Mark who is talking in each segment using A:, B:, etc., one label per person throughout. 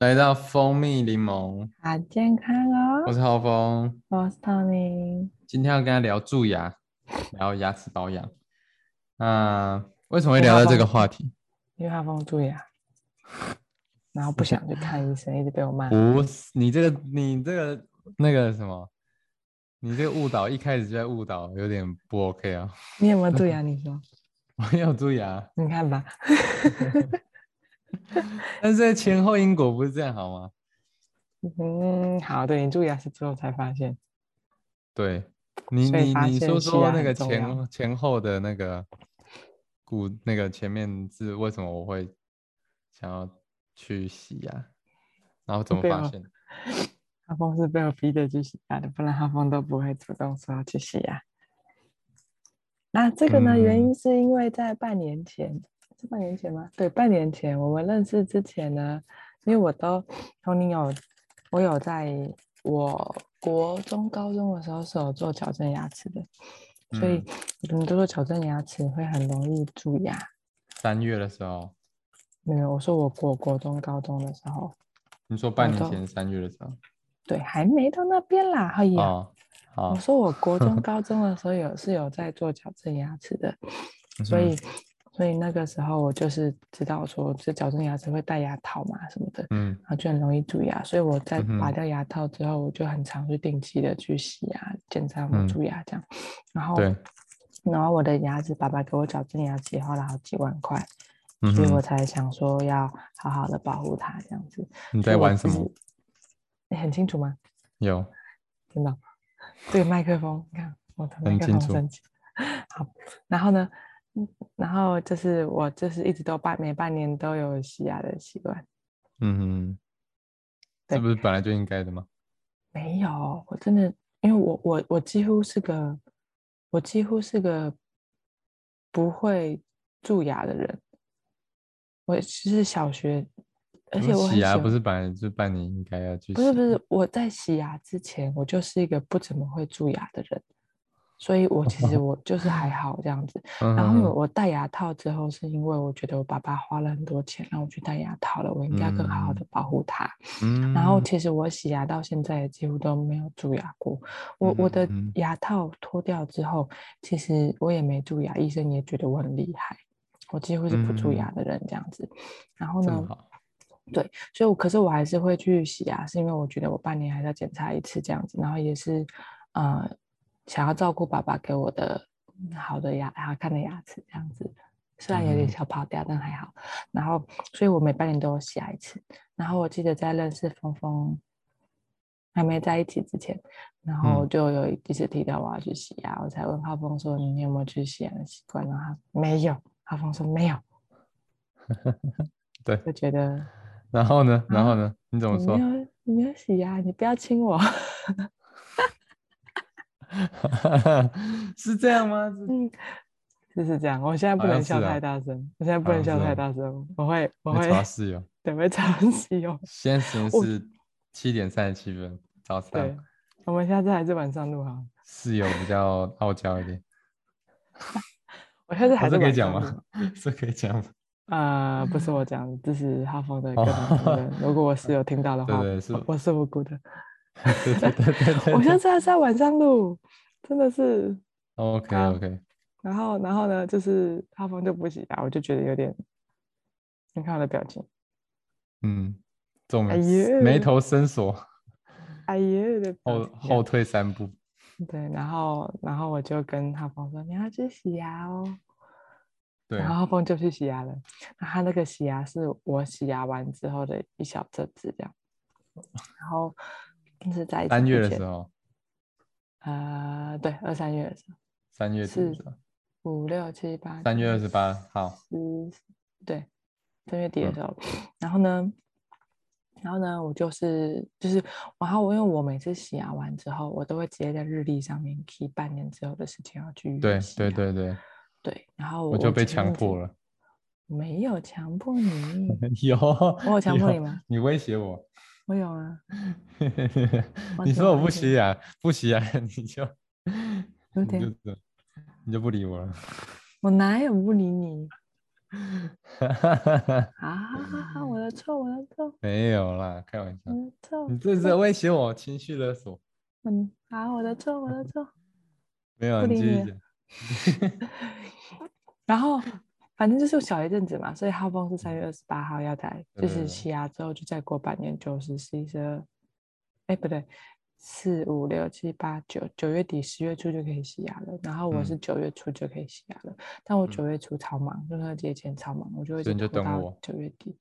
A: 来到蜂蜜柠檬，
B: 好健康
A: 我
B: 哦！
A: 是浩峰，
B: 我是 Tony，
A: 今天要跟他聊蛀牙，聊牙齿保养。那为什么会聊到这个话题？
B: 因为他封蛀牙， 然后不想去看医生，一直被我骂。
A: 不是你这个，你这个那个什么，你这个误导一开始就在误导，有点不 OK 啊！
B: 你有没有蛀牙？你说，
A: 我有蛀牙，
B: 你看吧。
A: 但是前后因果不是这样好吗？
B: 嗯，好对你蛀牙是之后才发现，
A: 对你，
B: 所以
A: 你
B: 发
A: 你
B: 现
A: 说
B: 洗
A: 说
B: 牙
A: 那
B: 很
A: 个
B: 重要
A: 前前后的那个故，那个前面是为什么我会想要去洗牙，然后怎么
B: 对
A: 发
B: 哦
A: 现的？
B: 他封是被我逼着去洗牙的，不然他封都不会主动说要去洗牙。那这个呢，原因是因为在半年前，是半年前吗？对，半年前我们认识之前呢，因为我都 Tony 有，我有在我国中、高中的时候是有做矫正牙齿的，所以
A: 嗯
B: 你做做矫正牙齿会很容易蛀牙。
A: 三月的时候，
B: 没有，我说我国国中、高中的时候，
A: 你说半
B: 我
A: 年
B: 都
A: 前三月的时候
B: 对，还没到那边啦，哎呀。
A: 哦，好
B: 我，说我国 中、高中的时候有是有在做矫正牙齿的，所
A: 嗯
B: 以所以那个时候我就是知道说，这矫正牙齿会戴牙套嘛什么的，
A: 嗯
B: 然后就很容易蛀牙，所以我在
A: 嗯
B: 拔
A: 哼
B: 掉牙套之后，我就很常去定期的去洗牙，检查有没
A: 嗯
B: 有蛀牙这样，然后
A: 对，
B: 然后我的牙齿爸爸给我矫正牙齿也花了好几万块，
A: 嗯
B: 所以我
A: 哼，
B: 才想说要好好的保护它这样子。
A: 你
B: 所以
A: 在
B: 我
A: 玩什
B: 自
A: 么？
B: 己？你很清楚吗？
A: 有，
B: 真 的哦，这个麦克风，你看我的麦
A: 很
B: 克
A: 清
B: 风
A: 楚
B: 升级。好，然后呢，嗯然后就是我就是一直都半每半年都有洗牙的习惯，
A: 嗯哼，这
B: 对
A: 不是本来就应该的吗？
B: 没有，我真的，因为我我我几乎是个，我几乎是个不会蛀牙的人。我其实小学，而
A: 你
B: 且
A: 们
B: 我很
A: 洗牙
B: 喜
A: 不
B: 欢
A: 是本来就半年应该要去洗
B: 不是不是，我在洗牙之前，我就是一个不怎么会蛀牙的人，所以我其实 我就是还好这样子。
A: 嗯
B: 然后因为
A: 哼
B: 我戴牙套之后，是因为我觉得我爸爸花了很多钱让我去戴牙套了，我应该更好好
A: 嗯
B: 的保护它。
A: 嗯，
B: 然后其实我洗牙到现在也几乎都没有蛀牙过，我我的
A: 嗯
B: 牙套脱掉之后，其实我也没蛀牙，医生也觉得我很厉害，我几乎是不蛀
A: 嗯
B: 牙的人这样子。然后
A: 这
B: 呢
A: 么，好，
B: 对，所以我可是我还是会去洗牙，是因为我觉得我半年还是要检查一次这样子，然后也是呃想要照顾爸爸给我的嗯好的牙好看的牙齿这样子，虽然有
A: 嗯
B: 点
A: 哼
B: 小跑掉，但还好。然后，所以我每半年都有洗牙一次。然后我记得在认识峰峰还没在一起之前，然后
A: 嗯
B: 就有一次提到我要去洗牙，我才问浩峰说你有没有去洗牙的习惯，然后他说没有，浩峰说没有，
A: 对，
B: 就觉得
A: 然后呢，然后
B: 啊
A: 呢，你怎么
B: 你
A: 说
B: 没？有你没有洗牙，你不要亲我。
A: 是这样吗？是
B: 嗯，就是这样。我现在不
A: 好像
B: 能笑
A: 是啊
B: 太大声，我现在不
A: 好
B: 能
A: 像
B: 笑
A: 是
B: 太
A: 哦
B: 大声，我会我
A: 会
B: 会
A: 吵到室友。
B: 对会吵死哟。
A: 现在时间
B: 我
A: 是七点三十七分，早
B: 对
A: 上，
B: 我们下次还是晚上录好了。
A: 室友比较傲娇一点，
B: 我下次还
A: 哦
B: 是
A: 这可以
B: 晚
A: 讲
B: 上录
A: 吗
B: 好。？
A: 这可以讲 吗？
B: 呃，不是我讲，这是浩峰的
A: 哦
B: 各种评论。如果我室友听到的
A: 对
B: 话，
A: 对是
B: 我我是无辜的。
A: 对对对对对
B: 我
A: 对
B: 下次还是要晚上录，真的是。
A: OK
B: 好
A: 哦 OK，
B: 然后然后呢，就是浩峰就不洗牙，我就觉得有点，你看我的表情，
A: 嗯，皱眉
B: 哎呀
A: 眉头深锁，
B: 哎呀的表
A: 后
B: 情这样
A: 后退三步。
B: 对，然后然后我就跟浩峰说你要去洗牙哦，
A: 对，啊
B: 然后浩峰就去洗牙了。那他那个洗牙是我洗牙完之后的一小阵子这样，然后就是在一起
A: 三
B: 之
A: 月的
B: 前
A: 时候，
B: 呃，对，二三月的时
A: 三月底的
B: 是
A: 时候，
B: 候，五六七八，
A: 三月
B: 九
A: 二十八号，
B: 十对，三月底的
A: 嗯
B: 时候，然后呢，然后呢，我就是就是，然后我因为我每次洗牙完之后，我都会直接在日历上面 key 半年之后的事情要去预约
A: 对
B: 洗
A: 对
B: 牙
A: 对对，
B: 对，然后
A: 我就被强迫
B: 了，
A: 了。
B: 没有强迫你，
A: 有，
B: 我有强迫
A: 有
B: 你吗？
A: 你威胁我。
B: 我有啊，我啊
A: 你
B: 怎
A: 说
B: 么
A: 我
B: 会
A: 不
B: 这
A: 洗牙，不洗牙， 你就
B: 有
A: 你就
B: 点，
A: 这你就不理我了。
B: 我哪有不理你？啊！
A: 嗯
B: 我的错，我的错，
A: 没有啦，开玩笑
B: 我。的错，
A: 嗯你这是在威胁我情绪勒索？
B: 嗯啊，我的错，我的错。
A: 没有，
B: 不
A: 你
B: 理
A: 继续
B: 你
A: 讲。
B: 然后反正就是小一阵子嘛，所以浩峰是三月二十八号要来，
A: 对对
B: 就是
A: 对
B: 起牙之后就再过半年，九十、十一、十二，哎不对，四五六七八九，九月底十月初就可以洗牙了。然后我是
A: 嗯
B: 九月初就可以洗牙了，但我
A: 嗯
B: 九月初超忙，就是那节前超忙，我就会一
A: 所以
B: 直
A: 你就
B: 拖
A: 等
B: 到
A: 我
B: 九月底。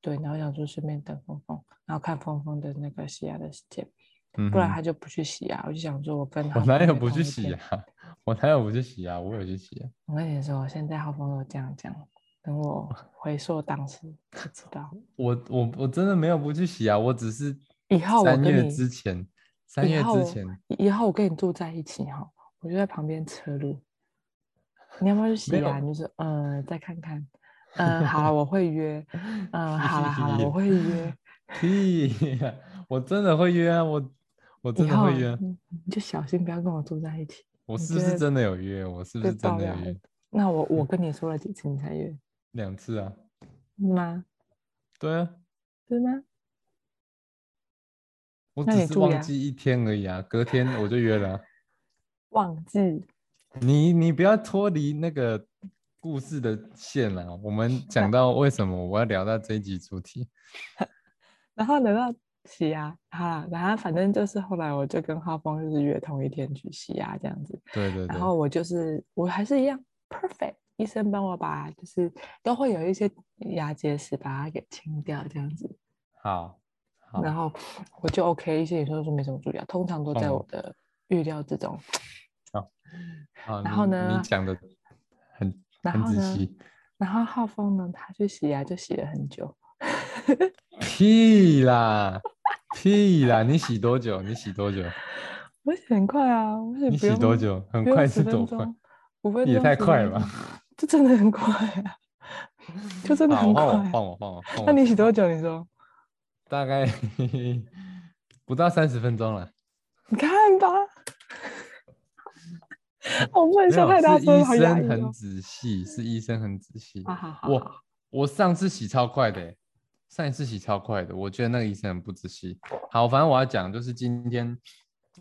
B: 对，然后想说顺便等峰峰，然后看峰峰的那个洗牙的时间，
A: 嗯
B: 不然
A: 哼
B: 他就不去洗牙。我就想说，我跟
A: 我
B: 浩
A: 哪
B: 峰
A: 有
B: 在
A: 不
B: 同
A: 去
B: 一
A: 洗
B: 天
A: 牙？ 我哪有不去洗牙？我有去洗牙。啊
B: 我跟你说，现在浩峰都这样讲，等 我回溯当时就知道。
A: 我我我真的没有不去洗牙，啊我只是
B: 以后我
A: 三
B: 跟
A: 月
B: 你
A: 之前，三
B: 以
A: 月
B: 后
A: 之前
B: 以后我跟你住在一起哈，我就在旁边侧录。你要不要去洗
A: 没
B: 牙？
A: 有
B: 你就说，嗯、再看看。嗯，好了，我 会约。嗯，好了好了，我会约。
A: 屁呀、我真的会约啊，我我真
B: 以
A: 的
B: 后
A: 会约啊。
B: 你你就小心不要跟我住在一起，
A: 我
B: 你
A: 是不
B: 觉
A: 是
B: 得
A: 真的有约？我是不
B: 被
A: 是真
B: 爆
A: 的
B: 料
A: 有
B: 了
A: 约？。
B: 那我
A: 嗯
B: 我跟你说了几次你才约
A: 两次啊？
B: 吗？
A: 对啊，
B: 是吗？
A: 我
B: 那
A: 只
B: 你
A: 是
B: 注意
A: 忘
B: 啊
A: 记一天而已啊，隔天我就约了啊、
B: 忘记
A: 你你不要脱离那个故事的线啦。我们讲到为什么我要聊到这一集主题，
B: 然后等到洗牙，好啦，然后反正就是后来我就跟浩峰就是约同一天去洗牙这样子，
A: 对对对
B: 然，后我就是我还是一样 perfect，医生帮我把就是都会有一些牙结石把它给清掉这样子，
A: 好，好，
B: 然后我就 OK，医生也说是没什么注意啊，通常都在
A: 哦
B: 我的预料之中。
A: 好
B: 然后
A: 你
B: 呢
A: 你讲的很
B: 然
A: 很
B: 后
A: 仔
B: 呢
A: 细，
B: 然后浩峰呢，他去洗牙就洗了很久，
A: 屁啦屁啦！你洗多久？你洗多久？
B: 我洗很快啊，我洗
A: 你
B: 不
A: 洗
B: 用
A: 多久？很
B: 不用
A: 快
B: 10
A: 是多快？
B: 分钟，五分钟
A: 也太
B: 10
A: 快
B: 分
A: 了吧
B: 钟！这真的很快啊，就真的
A: 好，
B: 很快
A: 换我
B: 啊、
A: 换我换我换我。
B: 那你洗多久？你说，
A: 大 概不到三十分钟了。
B: 你看吧，我不能
A: 没
B: 笑
A: 有，
B: 太大
A: 是医
B: 声，好压抑
A: 生很
B: 哦。
A: 仔细，是医生很仔 细。
B: 好好好，
A: 我我上次洗超快的欸、上一次洗超快的，我觉得那个医生很不仔细。好，反正我要讲就是今天，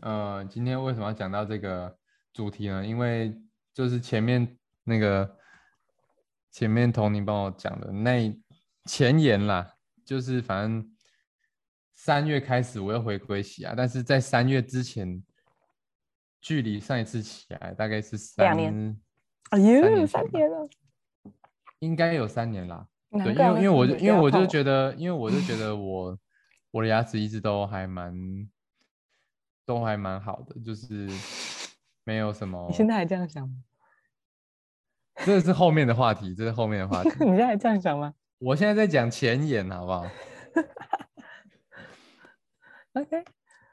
A: 呃，今天为什么要讲到这个主题呢？因为就是前面那个前面童宁帮我讲的那一前言啦，就是反正三月开始我又回归洗牙，但是在三月之前，距离上一次洗牙大概是三
B: 两年哎
A: 三
B: 呦，
A: 年
B: 三
A: 前吧
B: 年了，
A: 应该有三年啦。对，
B: 难
A: 因
B: 怪
A: 为因为我就因为我就
B: 得
A: 觉得，因为我就觉得我我的牙齿一直都还蛮都还蛮好的，就是没有什么。
B: 你现在还这样想吗？。
A: 这是后面的话题，这是后面的话题
B: 你现在还这样想吗
A: 我现在在讲前言，好不好？
B: ？OK，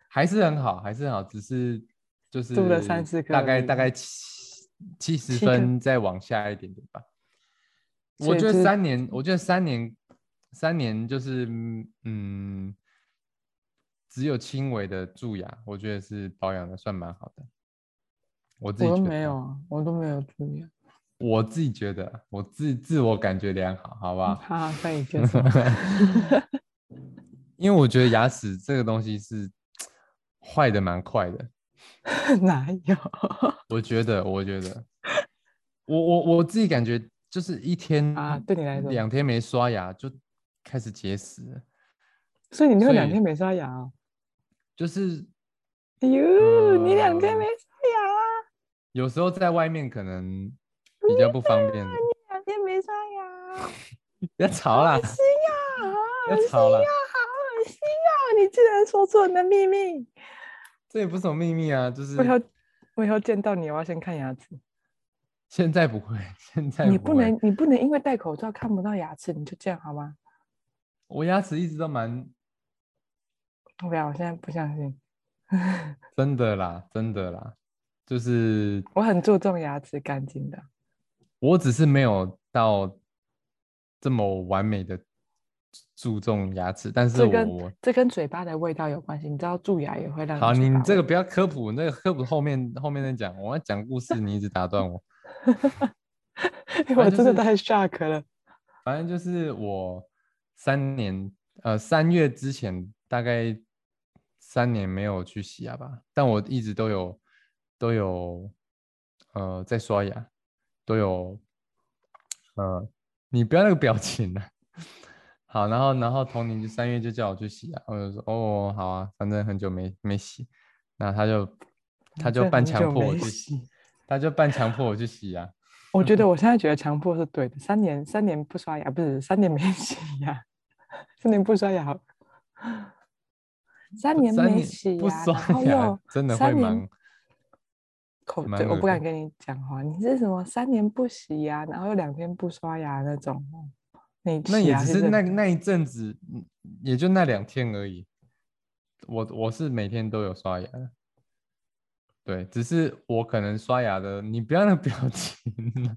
A: 还是很好，还是很好，只是就是
B: 读了30颗
A: 大
B: 而
A: 概
B: 已
A: 大概七七十
B: 七颗
A: 分再往下一点点吧。
B: 所
A: 我
B: 以
A: 觉
B: 这
A: 得三年，我觉得三年，三年就是嗯，只有轻微的蛀牙，我觉得是保养的算蛮好的。我自己
B: 我都
A: 觉得
B: 没有，啊，我都没有注意啊。
A: 我自己觉得，我自自我感觉良好，好不好？
B: 好，可以接 受。
A: 因为我觉得牙齿这个东西是坏的蛮快的，
B: 哪有？
A: 我觉得，我觉得，我我我自己感觉就是一天
B: 啊对你来说
A: 两天没刷牙就开始结石了，
B: 所以你那
A: 所
B: 两
A: 以
B: 天没刷牙哦？
A: 就是
B: 哎呦，你两天
A: 呃
B: 没刷牙啊。
A: 有时候在外面可能比较不方便。
B: 两天没刷牙，
A: 不要吵啦，
B: 是呀，
A: 不
B: 好恶
A: 要
B: 心
A: 吵啦
B: 呀，好恶心呀！你竟然说出我的秘密，
A: 这也不是什么秘密啊，就是
B: 我以后我以后见到你，我要先看牙齿。
A: 现在不会，现在
B: 你不
A: 哎会
B: 能，你不能因为戴口罩看不到牙齿，你就这样好吗？
A: 我牙齿一直都蛮
B: 我不要，我现在不相信。
A: 真的啦，真的啦，就是
B: 我很注重牙齿干净的。
A: 我只是没有到这么完美的注重牙齿，但是
B: 这
A: 我
B: 跟
A: 我
B: 这跟嘴巴的味道有关系，你知道蛀牙也会让
A: 好，
B: 嘴
A: 你
B: 巴
A: 这
B: 味
A: 个不要科普，那个科普后面后面再讲。我要讲故事，你一直打断我。
B: 哎
A: 反
B: 我
A: 正就
B: 真
A: 是
B: 的太 shock 了。
A: 反正就是我三年，呃，三月之前大概三年没有去洗牙吧，但我一直都有都有呃在刷牙，都有呃，你不要那个表情啊。好，然后然后同年就三月就叫我去洗牙，我就说哦好啊，反正很久没没洗，那他就他
B: 嗯反
A: 就
B: 正
A: 半
B: 很
A: 强
B: 久
A: 迫我
B: 没
A: 去
B: 洗，
A: 他就半强迫我去洗啊牙。
B: 我觉得
A: 嗯
B: 我现在觉得强迫是对的。三年，三年不刷牙，不是三年没 洗牙，三年不刷牙好，三年
A: 三
B: 没
A: 年
B: 洗
A: 不
B: 牙，然
A: 刷
B: 后
A: 牙
B: 又
A: 真的会
B: 三年
A: 忙。
B: 口
A: 蛮
B: 对，我
A: 恶
B: 不敢
A: 的
B: 跟你讲话。你是什么三年不洗牙，然后又两天不刷牙那种哦？你
A: 那
B: 洗
A: 也
B: 牙
A: 只
B: 其
A: 啊是
B: 实
A: 那那一阵子，嗯也就那两天而已。我我是每天都有刷牙的，对，只是我可能刷牙的，你不要那个表情啊。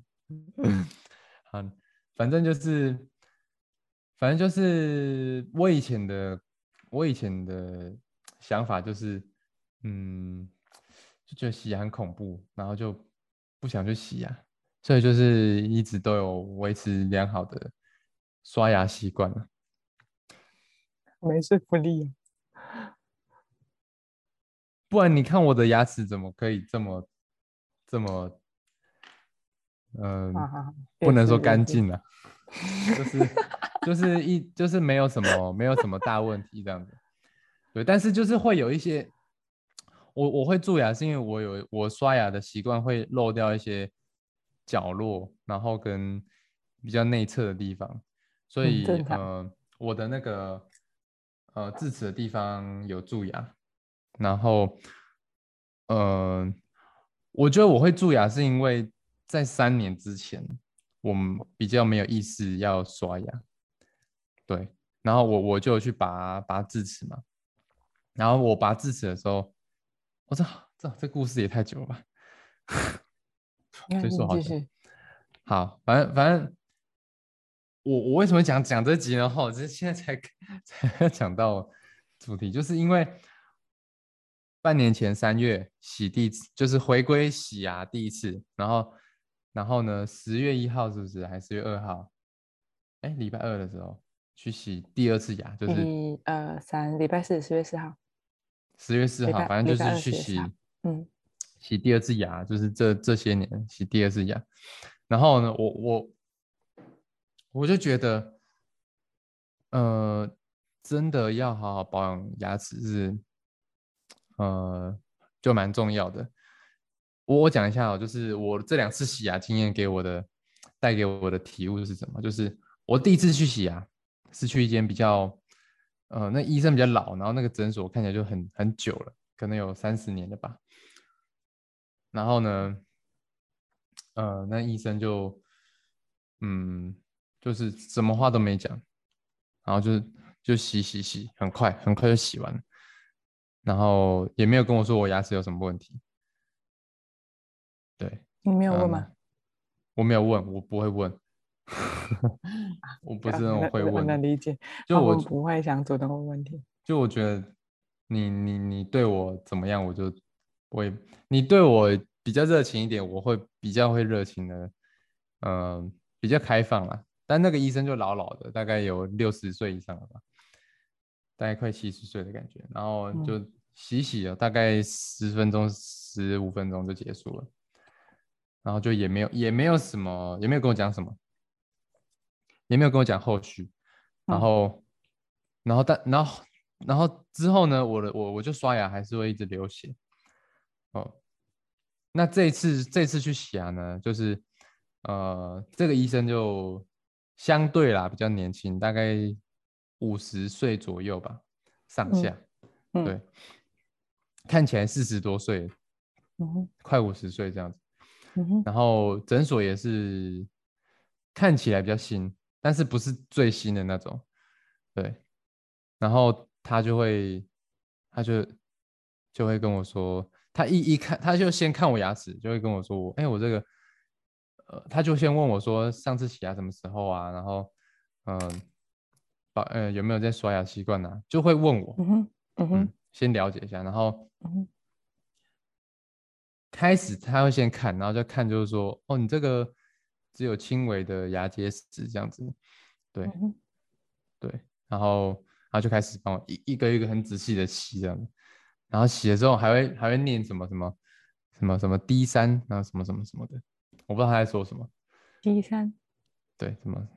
A: 好，反正就是，反正就是我以前的，我以前的想法就是，嗯，就觉得洗牙很恐怖，然后就不想去洗牙。所以就是一直都有维持良好的刷牙习惯了。
B: 没说服力哦。
A: 不然你看我的牙齿怎么可以这么这么，嗯、
B: 哈哈哈
A: 不能说
B: 啊也是
A: 干
B: 也是
A: 净啊，就是就是一就是没有什么没有什么大问题这样子。对，但是就是会有一些，我我会蛀牙是因为我有我刷牙的习惯会漏掉一些角落，然后跟比较内侧的地方，所
B: 嗯
A: 以、
B: 正常
A: 呃我的那个呃智齿的地方有蛀牙，然后呃我觉得我会蛀牙是因为在三年之前我们比较没有意识要刷牙，对，然后我我就有去拔拔智齿嘛，然后我拔智齿的时候，我操，这这故事也太久了吧。
B: 你
A: 所以
B: 看嗯你
A: 说好
B: 继
A: 像
B: 续，
A: 好，反正反正我我为什么讲讲这集呢？哈，我这现在才 才讲到主题，就是因为半年前三月洗第一次，就是回归洗牙第一次，然后然后呢，十月一号是不是？还是月二号？哎，礼拜二的时候去洗第二次牙，就是
B: 一二呃三，礼拜四，十月四号，
A: 十月四
B: 礼
A: 号，
B: 拜
A: 反正
B: 礼
A: 就
B: 拜
A: 是
B: 二
A: 去
B: 十月四
A: 洗
B: 号嗯，
A: 洗第二次牙，就是这这些年洗第二次牙。然后呢，我我我就觉得，呃，真的要好好保养牙齿是，呃，就蛮重要的。我我讲一下哦，就是我这两次洗牙经验给我的带给我的体悟是什么？就是我第一次去洗牙是去一间比较，呃，那医生比较老，然后那个诊所看起来就很很久了，可能有三十年了吧。然后呢，呃，那医生就，嗯，就是什么话都没讲，然后就就洗洗洗，很快很快就洗完了，然后也没有跟我说我牙齿有什么问题，对，
B: 你没有
A: 嗯，
B: 问吗？
A: 我没有问，我不会 问，我不
B: 啊
A: 是那种
B: 那
A: 会
B: 那
A: 问
B: 能
A: 的，
B: 理解，
A: 就
B: 他
A: 我
B: 们
A: 觉
B: 不会想主动问问题。
A: 就我觉得你你你对我怎么样，我就我也你对我比较热情一点，我会比较会热情的，嗯、比较开放啦。但那个医生就老老的，大概有六十岁以上了吧，大概快七十岁的感觉。然后
B: 嗯
A: 就洗洗啊了，大概十分钟、十五分钟就结束了，然后就也没有也没有什么，也没有跟我讲什么，也没有跟我讲后续。然
B: 嗯
A: 后，然后但然后然后之后呢，我的我我就刷牙还是会一直流血，哦，那这一次这次去洗牙呢，就是呃这个医生就相对啦比较年轻，大概五十岁左右吧上
B: 嗯
A: 下，
B: 嗯
A: 对，看起来四十多岁，
B: 嗯哼，
A: 快五十岁这样子。
B: 嗯哼，
A: 然后诊所也是看起来比较新，但是不是最新的那种，对。然后他就会，他就就会跟我说，他一一看，他就先看我牙齿，就会跟我说我，哎，我这个，呃，他就先问我说上次洗牙什么时候啊？然后，嗯、把呃有没有在刷牙习惯呢、啊？就会问我，
B: 嗯哼，嗯
A: 嗯
B: 哼，，
A: 先了解一下，然后。
B: 嗯哼，
A: 开始他会先看，然后就看就是说，哦，你这个只有轻微的牙结石这样子。对
B: 嗯哼
A: 对，然后他就开始帮我一一个一个很仔细的洗这样子，然后洗的时候还会还会念什么什么什么什么 D 三，然后什么什么什么的，我不知道他在说什么。
B: 第三，
A: 对，什么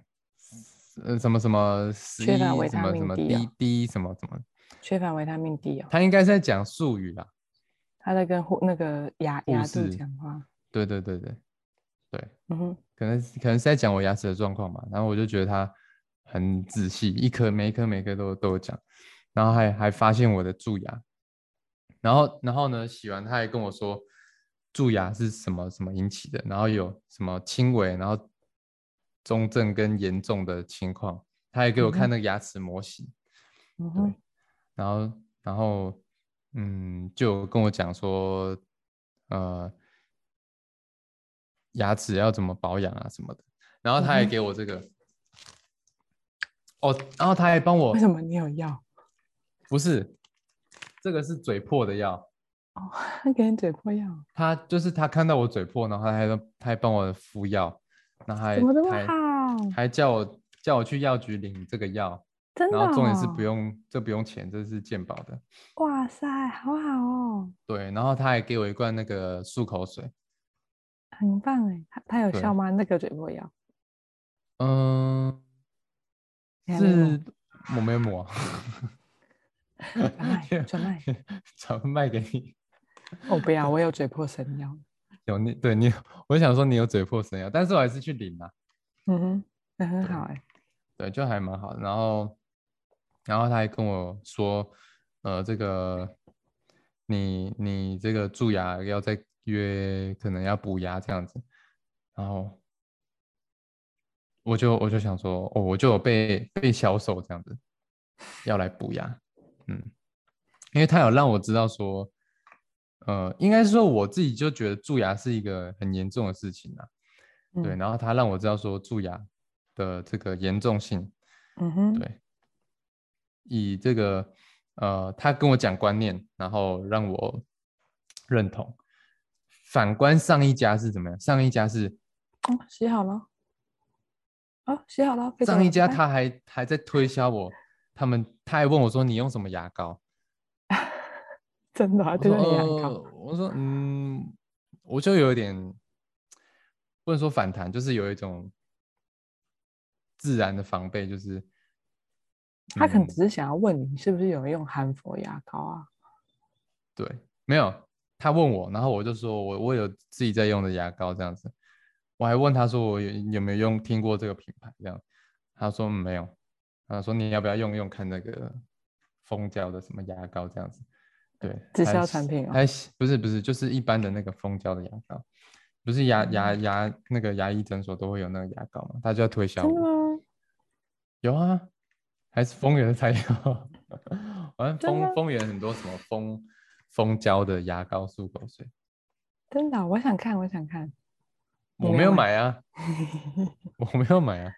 A: 呃什么什么十
B: 缺
A: 一
B: 乏维
A: 什
B: 他
A: 么什
B: 命
A: 么
B: D 哦
A: D D 什么什么，
B: 缺乏维他命 D 哦，
A: 他应该是在讲术语啦。
B: 他在跟护那个牙
A: 护
B: 牙
A: 士
B: 度讲话。
A: 对对对对对，
B: 嗯哼，
A: 可能是可能是在讲我牙齿的状况吧。然后我就觉得他很仔细，一颗每一颗每一颗都都有讲，然后还还发现我的蛀牙，然后然后呢，洗完他还跟我说蛀牙是什么什么引起的，然后有什么轻微，然后中症跟严重的情况，他还给我看
B: 嗯哼
A: 那个牙齿模型。
B: 嗯
A: 对
B: 哼，
A: 然后然后嗯，就跟我讲说，呃，牙齿要怎么保养啊什么的。然后他还
B: 嗯哼
A: 给我这个，哦，然后他还帮我
B: 为，什么你有药？
A: 不是，这个是嘴破的药。
B: 哦，他给你嘴破药，
A: 他就是他看到我嘴破，然后他还他还帮我敷药，然后还
B: 怎么这么
A: 还
B: 好？
A: 还叫我叫我去药局领这个药，
B: 真的、哦？
A: 然后重点是不用这不用钱，这是健保的。
B: 哇塞，好好哦，
A: 对，然后他还给我一罐那个漱口水，
B: 很棒哎！他他有
A: 对
B: 效吗？那个嘴破药
A: 嗯，
B: 你还没抹
A: 是我没有抹，
B: 转卖转卖，
A: 转卖给你。
B: 我哦不要，我有嘴破神药。
A: 有你对你有，我想说你有嘴破神药，但是我还是去领啊了、
B: 嗯哼，那很
A: 对
B: 好哎。
A: 对，就还蛮好的。然后，然后他还跟我说，呃，这个你你这个蛀牙要再约，可能要补牙这样子。然后我就我就想说，哦，我就有被被销售这样子，要来补牙，嗯，因为他有让我知道说，呃，应该是说我自己就觉得蛀牙是一个很严重的事情啊，对，
B: 嗯
A: 然后他让我知道说蛀牙的这个严重性，
B: 嗯哼，
A: 对，以这个呃，他跟我讲观念，然后让我认同。反观上一家是怎么样？上一家是
B: 哦，洗好了。哦，洗好了，可以走
A: 上一
B: 了
A: 家，
B: 拜
A: 他还还在推销我，他们他还问我说你用什么牙膏？
B: 真的啊，
A: 我
B: 对
A: 说
B: 着你很高。
A: 呃，我说嗯，我就有点不能说反弹，就是有一种自然的防备，就是
B: 他可能
A: 嗯
B: 只是想要问你是不是有用韩佛牙膏啊？
A: 对，没有，他问我，然后我就说我我有自己在用的牙膏这样子，我还问他说我有有没有用听过这个品牌这样，他说、嗯没有，他说你要不要用用看那个蜂胶的什么牙膏这样子，对，
B: 直
A: 还
B: 销
A: 是
B: 产品哦
A: 还是不是不是就是一般的那个蜂胶的牙膏，不是
B: 嗯
A: 牙牙牙那个牙医诊所都会有那个牙膏嘛，他就要推销
B: 真的
A: 我，
B: 吗？
A: 有啊，还是丰原才 有。好像
B: 真的
A: 丰丰原很多什么蜂蜂胶的牙膏、漱口水，
B: 真的啊，我想看，我想看。你
A: 我
B: 没
A: 没
B: 有
A: 有买啊，我没有买啊，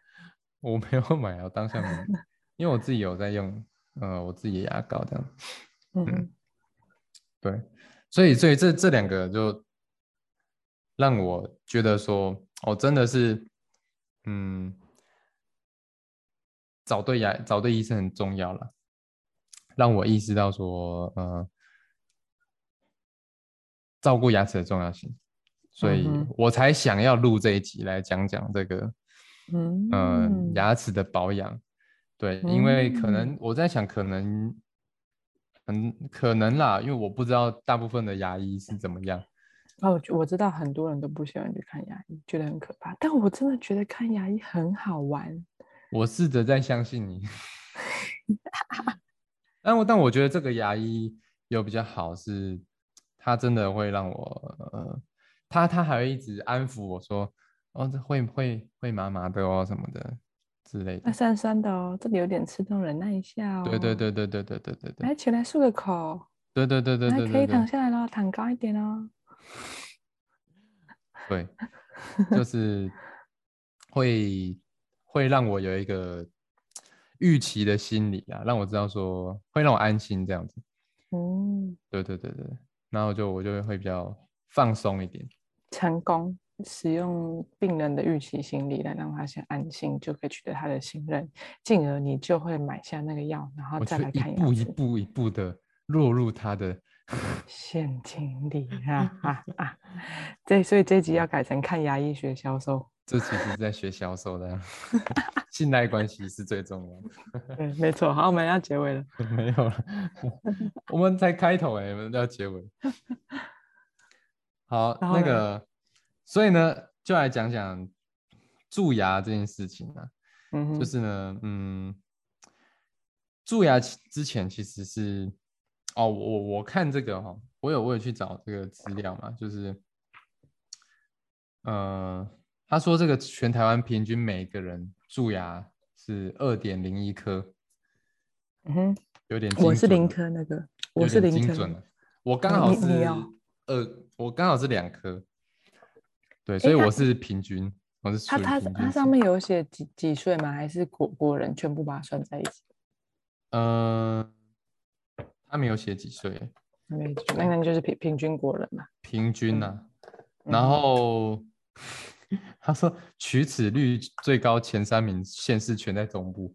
A: 我没有买啊，我当下没有买，因为我自己有在用，呃，我自己的牙膏这样。
B: 嗯
A: 嗯
B: 哼，
A: 对，所以所以这这两个就让我觉得说，哦，真的是，嗯，找对牙找对医生很重要了，让我意识到说，呃，照顾牙齿的重要性，所以
B: 嗯哼
A: 我才想要录这一集来讲讲这个，
B: 嗯
A: 呃，牙齿的保养。对，因为可能
B: 嗯
A: 我在想，可能，嗯，可能啦，因为我不知道大部分的牙医是怎么样。
B: 哦，我知道很多人都不喜欢去看牙医，觉得很可怕。但我真的觉得看牙医很好玩。
A: 我试着在相信你，但我但我觉得这个牙医有比较好是，他真的会让我，呃，他他还会一直安抚我说，哦，这会会会麻麻的哦什么的之类
B: 那
A: 的。
B: 酸酸的哦，这里有点刺痛，忍耐一下哦。
A: 对对，对对对对对对对
B: 来起来漱个口，
A: 对对对对
B: 来
A: 对
B: 可
A: 对
B: 以
A: 对
B: 躺。下来咯，躺高一点哦。
A: 对，就是会会让我有一个预期的心理啊，让我知道说会让我安心这样子。
B: 嗯，
A: 对对对对，然后就我就会比较放松一点。
B: 成功，使用病人的预期心理来让他先安心，就可以取得他的信任，进而你就会买下那个药，然后
A: 我
B: 哦再
A: 就
B: 来
A: 一
B: 看
A: 步
B: 药
A: 一
B: 师。
A: 步一步的落入他的，
B: 陷阱里啊啊啊！对，所以这集要改成看牙医学销 售。
A: 这其实是在学销售的啊， 信赖关系是最重要的。
B: 对，没错。好，我们要结尾了。
A: 没有了，我们才开头哎、我们要结尾。好，
B: 然后
A: 那
B: 呢
A: 个，所以呢，就来讲讲蛀牙这件事情啊。
B: 嗯哼，
A: 就是呢，嗯，蛀牙其之前其实是，哦，我我我看这个哈、哦，我有我有去找这个资料嘛，就是，呃，他说这个全台湾平均每个人蛀牙是二点零一颗，
B: 嗯哼，
A: 有点
B: 我
A: 精
B: 是
A: 准
B: 零
A: 了
B: 颗那个，
A: 有
B: 我是
A: 点
B: 零
A: 精
B: 颗
A: 准
B: 那
A: 了
B: 个。。
A: 我刚
B: 你
A: 好
B: 哦你
A: 是
B: 你要
A: 二，我刚好是两颗，对，所以
B: 它
A: 我是平均，我是属
B: 它
A: 于
B: 它
A: 平均
B: 它上
A: 值
B: 面有写几几岁吗？还是果果人全部把它算在一起？
A: 呃，他没有写几岁，
B: 那个就那那就是平平均果人嘛。
A: 平均
B: 嗯
A: 呐、然
B: 嗯
A: 后他说取齿率最高前三名县市全在中 部，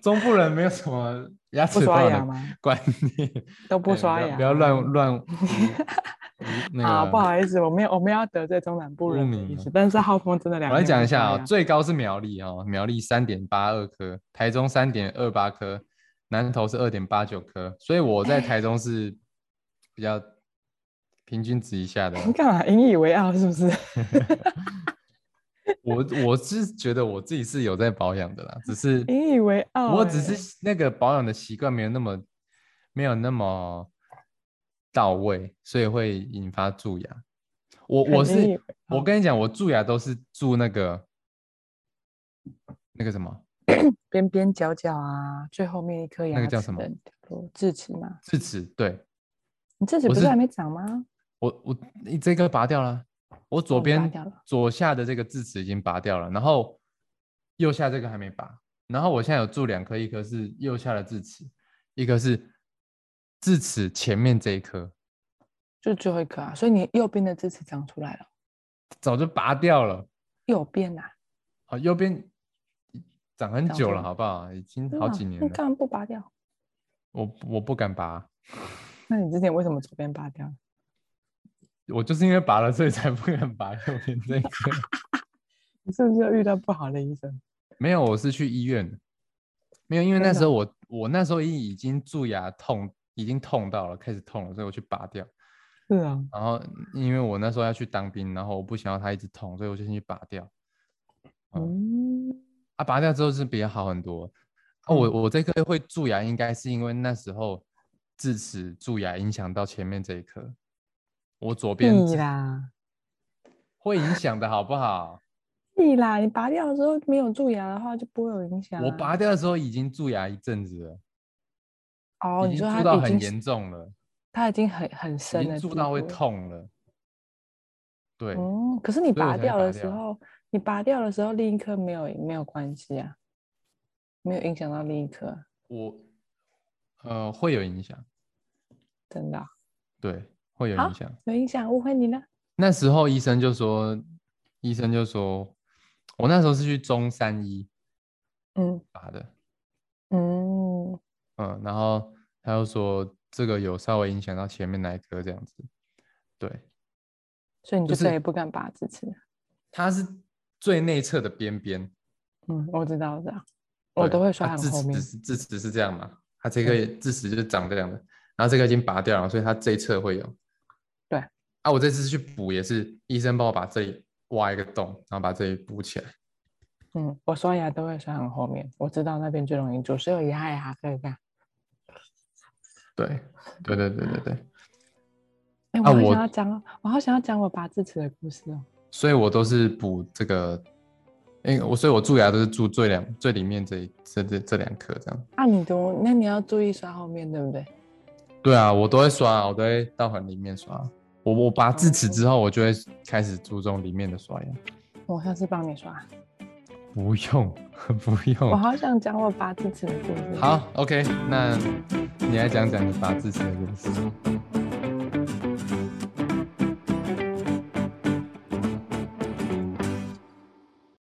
A: 中部人没有什么牙
B: 不
A: 齿
B: 刷
A: 保
B: 牙
A: 养的
B: 吗？
A: 观念，
B: 都不
A: 哎
B: 刷
A: 要
B: 牙
A: 不要乱
B: 吗
A: 乱污污那个
B: 啊，不好意思，我没有我没有要得罪中南部
A: 污
B: 人的
A: 名
B: 意
A: 了
B: 思，但是浩峰真的两。
A: 我来讲一下啊、最高是苗栗哦，苗栗三点八二颗，台中三点二八颗，南投是二点八九颗，所以我在台中是比较平均值以下的啊。
B: 你干嘛引以为傲是不是？
A: 我我是觉得我自己是有在保养的啦，只是
B: 引以为傲
A: 我只
B: 欸
A: 是那个保养的习惯没有那么没有那么到位，所以会引发蛀牙。我我
B: 很引以
A: 是
B: 为
A: 我
B: 傲
A: 跟你讲，我蛀牙都是蛀那个那个什么。
B: 边边角角啊，最后面一颗牙
A: 个叫
B: 齿
A: 什么
B: 的角落智齿嘛。
A: 智齿，对
B: 你智齿
A: 我
B: 不
A: 是
B: 是还没长吗？
A: 我我你这个拔掉了，我左
B: 哦你拔
A: 边
B: 掉了
A: 左下的这个智齿已经拔掉了，然后右下这个还没拔，然后我现在有蛀两颗，一颗是右下的智齿，一颗是智齿前面这一颗，
B: 就最后一颗啊，所以你右边的智齿长出来了，
A: 早就拔掉了，
B: 右边呐、啊，
A: 好，右边长很
B: 长
A: 久
B: 出
A: 了，
B: 来
A: 好不好？已经
B: 真的
A: 好
B: 啊
A: 几年
B: 你
A: 了，
B: 干嘛不拔掉？
A: 我我不敢拔，
B: 那你之前为什么左边拔掉？
A: 我就是因为拔了，所以才不敢拔右边这一颗。
B: 你是不是又遇到不好的医生？
A: 没有，我是去医院，没有，因为那
B: 真
A: 时
B: 的哦
A: 候我我那时候已已经蛀牙痛，已经痛到了，开始痛了，所以我去拔掉。
B: 是啊，
A: 然后因为我那时候要去当兵，然后我不想要它一直痛，所以我就先去拔掉。哦
B: 嗯，
A: 啊，拔掉之后是比较好很多。啊，我我这颗会蛀牙，应该是因为那时候智齿蛀牙影响到前面这一颗，我左边
B: 屁
A: 智
B: 啦，
A: 会影响的好不 好？
B: 屁啦！你拔掉的时候没有蛀牙的话，就不会有影响、啊。
A: 我拔掉的时候已经蛀牙一阵子了，
B: 哦，
A: 已
B: 你
A: 经
B: 说
A: 蛀
B: 它
A: 到
B: 已
A: 很
B: 经是
A: 严重了。
B: 它已经很很
A: 已
B: 深
A: 经
B: 了，
A: 蛀
B: 地
A: 到会
B: 步了。
A: 痛了。对，
B: 哦，可是你
A: 所以我才
B: 拔
A: 会
B: 掉
A: 拔
B: 的时
A: 掉
B: 候，你拔掉的时候，另一颗没有没有关系啊，没有影响到另一颗啊，
A: 我呃会有影响，
B: 真的啊、
A: 对，会有
B: 好
A: 影响。
B: 有影响，误会你了。
A: 那时候医生就说，医生就说，我那时候是去中山医
B: 嗯
A: 拔的，
B: 嗯，
A: 嗯，然后他又说这个有稍微影响到前面那一颗这样子，对，
B: 所以你
A: 就
B: 就再
A: 是
B: 也不敢拔智齿了。
A: 它是最内侧的边边，
B: 嗯，我知道，我知道，我
A: 对啊
B: 都会
A: 它
B: 刷很
A: 智
B: 后
A: 齿
B: 面。
A: 是智齿是这样嘛，它这个智齿就是长这样的，然后这个已经拔掉了，所以它这一侧会有。
B: 对。
A: 啊，我这次去补也是医生帮我把这里挖一个洞，然后把这里补起来。
B: 嗯，我刷牙都会刷很后面，我知道那边最容易蛀，所以我牙牙可以干。
A: 对，对对对对对，
B: 哎，我
A: 啊
B: 好
A: 我
B: 想要讲哦，我好想要讲我拔智齿的故事哦。
A: 所以我都是补这个，哎，我所以我蛀牙都是蛀最两最里面这一这这这两颗这样。
B: 啊，你都，那你要注意刷后面，对不对？
A: 对啊，我都会刷，我都会到很里面刷。我我拔
B: 哦
A: 智齿之后，我就会开始注重里面的刷牙。
B: 我下次帮你刷。
A: 不用， 不用。
B: 我好想讲我嗯拔智齿的故事。
A: 好，OK，那你来讲讲你拔智齿的故事。